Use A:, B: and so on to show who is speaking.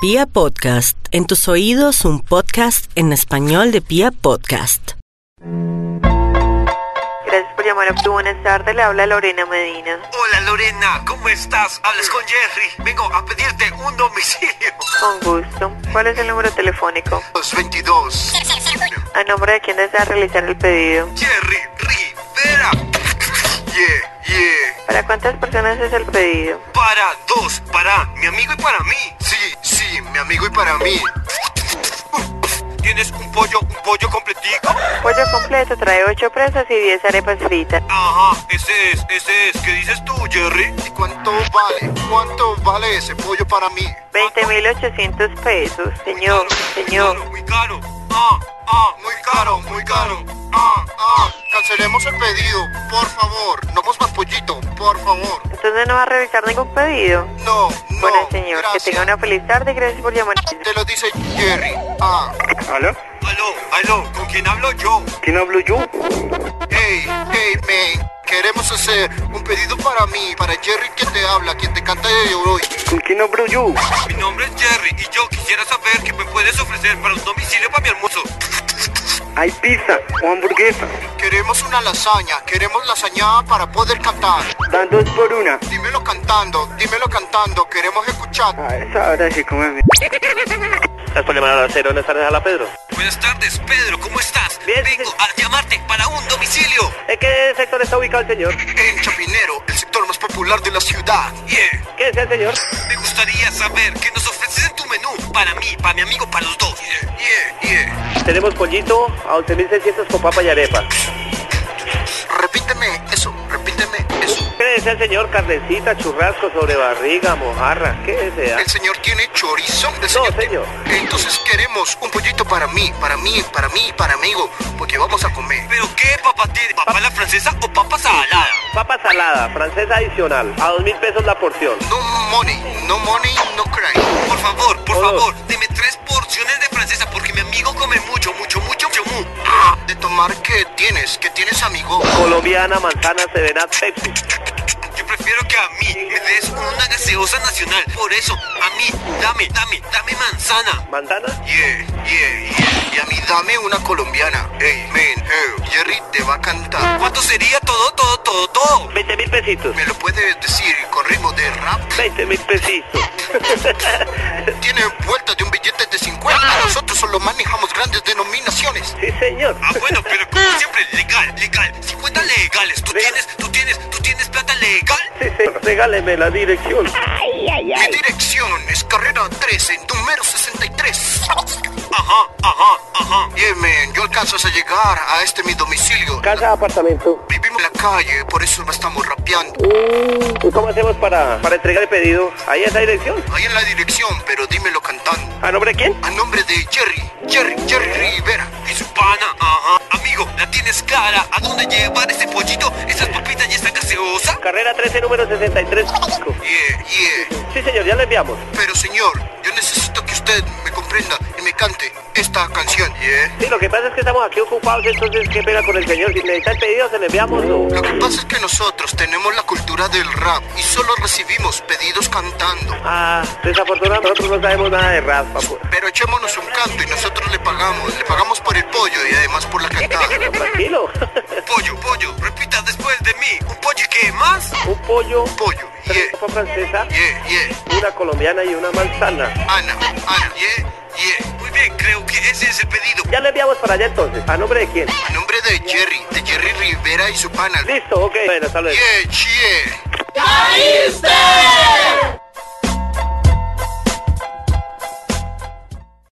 A: Pia Podcast, en tus oídos un podcast en español de Pia Podcast.
B: Gracias por llamar a Optu. Buenas tardes, le habla Lorena Medina.
C: Hola Lorena, ¿cómo estás? Hablas con Jerry. Vengo a pedirte un domicilio.
B: Con gusto. ¿Cuál es el número telefónico?
C: 222.
B: ¿A nombre de quién desea realizar el pedido?
C: Jerry Rivera. Yeah, yeah.
B: ¿Para cuántas personas es el pedido?
C: Para dos, para mi amigo y para mí. Sí, sí, mi amigo y para mí. ¿Tienes un pollo, un pollo completico?
B: Pollo completo trae 8 presas y 10 arepas fritas.
C: Ajá, ese es, ese es. ¿Qué dices tú, Jerry? ¿Y cuánto vale? ¿Cuánto vale ese pollo para mí?
B: 20.800 pesos, señor, señor.
C: Muy caro, muy caro. Ah, ah, muy caro, muy caro. Ah, ah. Cancelemos el pedido, por favor. No más pollito, por favor.
B: Entonces no va a realizar ningún pedido.
C: No, no.
B: bueno, señor,
C: gracias.
B: que tenga una feliz tarde y gracias por llamar.
C: Te lo dice Jerry. Ah.
D: ¿Aló?
C: Aló, aló, ¿con quién hablo yo?
D: ¿Quién hablo yo?
C: Hey, hey, man. Queremos hacer un pedido para mí, para Jerry quien te habla, quien te canta de hoy.
D: ¿Con quién hablo yo?
C: Mi nombre es Jerry y yo quisiera saber qué me puedes ofrecer para un domicilio para mi almuerzo.
D: ¿Hay pizza o hamburguesa?
C: Queremos una lasaña, queremos lasañada para poder cantar.
D: Dan dos por una.
C: Dímelo cantando, dímelo cantando, queremos escuchar.
D: A Ah, esa hora sí come mi-
E: Gracias por llamar a la cero. Buenas tardes, habla Pedro.
C: Buenas tardes, Pedro, ¿cómo estás?
E: Bien,
C: Vengo
E: sí.
C: a llamarte para un domicilio.
E: ¿En qué sector está ubicado el señor?
C: En Chapinero, el sector más popular de la ciudad. Yeah.
E: ¿Qué desea el señor?
C: Me gustaría saber qué nos ofreces en tu menú para mí, para mi amigo, para los dos. Yeah, yeah, yeah.
E: Tenemos pollito a 11.600 con papa y arepa.
C: Repíteme eso, repíteme eso.
E: ¿Qué desea el señor? Carnecita, churrasco, sobrebarriga, mojarra. ¿Qué desea?
C: El señor tiene chorizo. El
E: No, señor.
C: Entonces queremos un pollito para mí, para mí, para mí, para amigo, porque vamos a comer. ¿Pero qué papa tiene? ¿Papa la francesa o papa salada?
E: Papa salada, francesa adicional, a 2.000 pesos la porción.
C: No money, no money, no crime. Por favor, por
E: Todos.
C: favor, deme tres porciones de francesa porque mi amigo come mucho, mucho, mucho, mucho. mu- Ah, de tomar, ¿qué tienes? ¿Qué tienes, amigo?
E: Colombiana, manzana, serenat, Pepsi.
C: Yo prefiero que a mí me des una gaseosa nacional. Por eso, a mí, dame, dame, dame manzana.
E: ¿Manzana?
C: Yeah, yeah, yeah. Y a mí dame una colombiana. Hey, man, hey, Jerry te va a cantar. ¿Cuánto sería todo, todo, todo, todo?
E: 20.000 pesitos.
C: ¿Me lo puedes decir con ritmo de rap?
E: 20.000 pesitos.
C: Tiene vuelta de un billete de 50. Nosotros solo manejamos grandes denominaciones.
E: sí, señor.
C: Ah, bueno, pero como siempre, legal, legal. 50 legales. ¿Tú tienes, tú tienes, tú tienes plata legal?
E: Sí, señor. Regáleme la dirección.
C: Mi dirección es carrera 13, número 63. Ajá, ajá, ajá. Yeah, man, yo alcanzo a llegar a este mi domicilio.
E: Casa, apartamento. Mm.
C: Vivimos en la calle, por eso la estamos rapeando.
E: ¿Y cómo hacemos para, para entregar el pedido? Ahí esa dirección.
C: Ahí en la dirección, pero dímelo cantando.
E: ¿A nombre de quién?
C: A nombre de Jerry, Jerry, Jerry Rivera. Y su pana, ajá. Amigo, la tienes cara. ¿A dónde llevar ese pollito, esas papitas y esta gaseosa?
E: Carrera 13, número 63.
C: Yeah, yeah.
E: Sí, señor, ya lo enviamos.
C: Pero señor, yo necesito que usted me comprenda y me cante esta canción. Yeah.
E: Sí, lo que pasa es que estamos aquí ocupados, entonces qué pena con el señor. Si necesita el pedido, se le enviamos. o-
C: Lo que pasa es que nosotros tenemos la cultura del rap y solo recibimos pedidos cantando.
E: Ah, desafortunadamente nosotros no sabemos nada de pues. rap, papu.
C: Pero echémonos un canto y nosotros le pagamos. Le pagamos por el pollo y además por la cantada.
E: Tranquilo.
C: pollo, pollo, repita después de mí. ¿Un pollo y qué más?
E: Un pollo,
C: Pollo,
E: tres
C: yeah,
E: papas francesas,
C: yeah, yeah.
E: una colombiana y una manzana.
C: Ana, Ana, yeah, yeah. Muy bien, creo que ese es el pedido.
E: Ya le enviamos para allá entonces. ¿A nombre de quién?
C: A nombre de Jerry, de Jerry Rivera y su pana.
E: Listo, ok. Bueno, hasta luego.
C: Yeah, yeah.
F: ¡Caíste!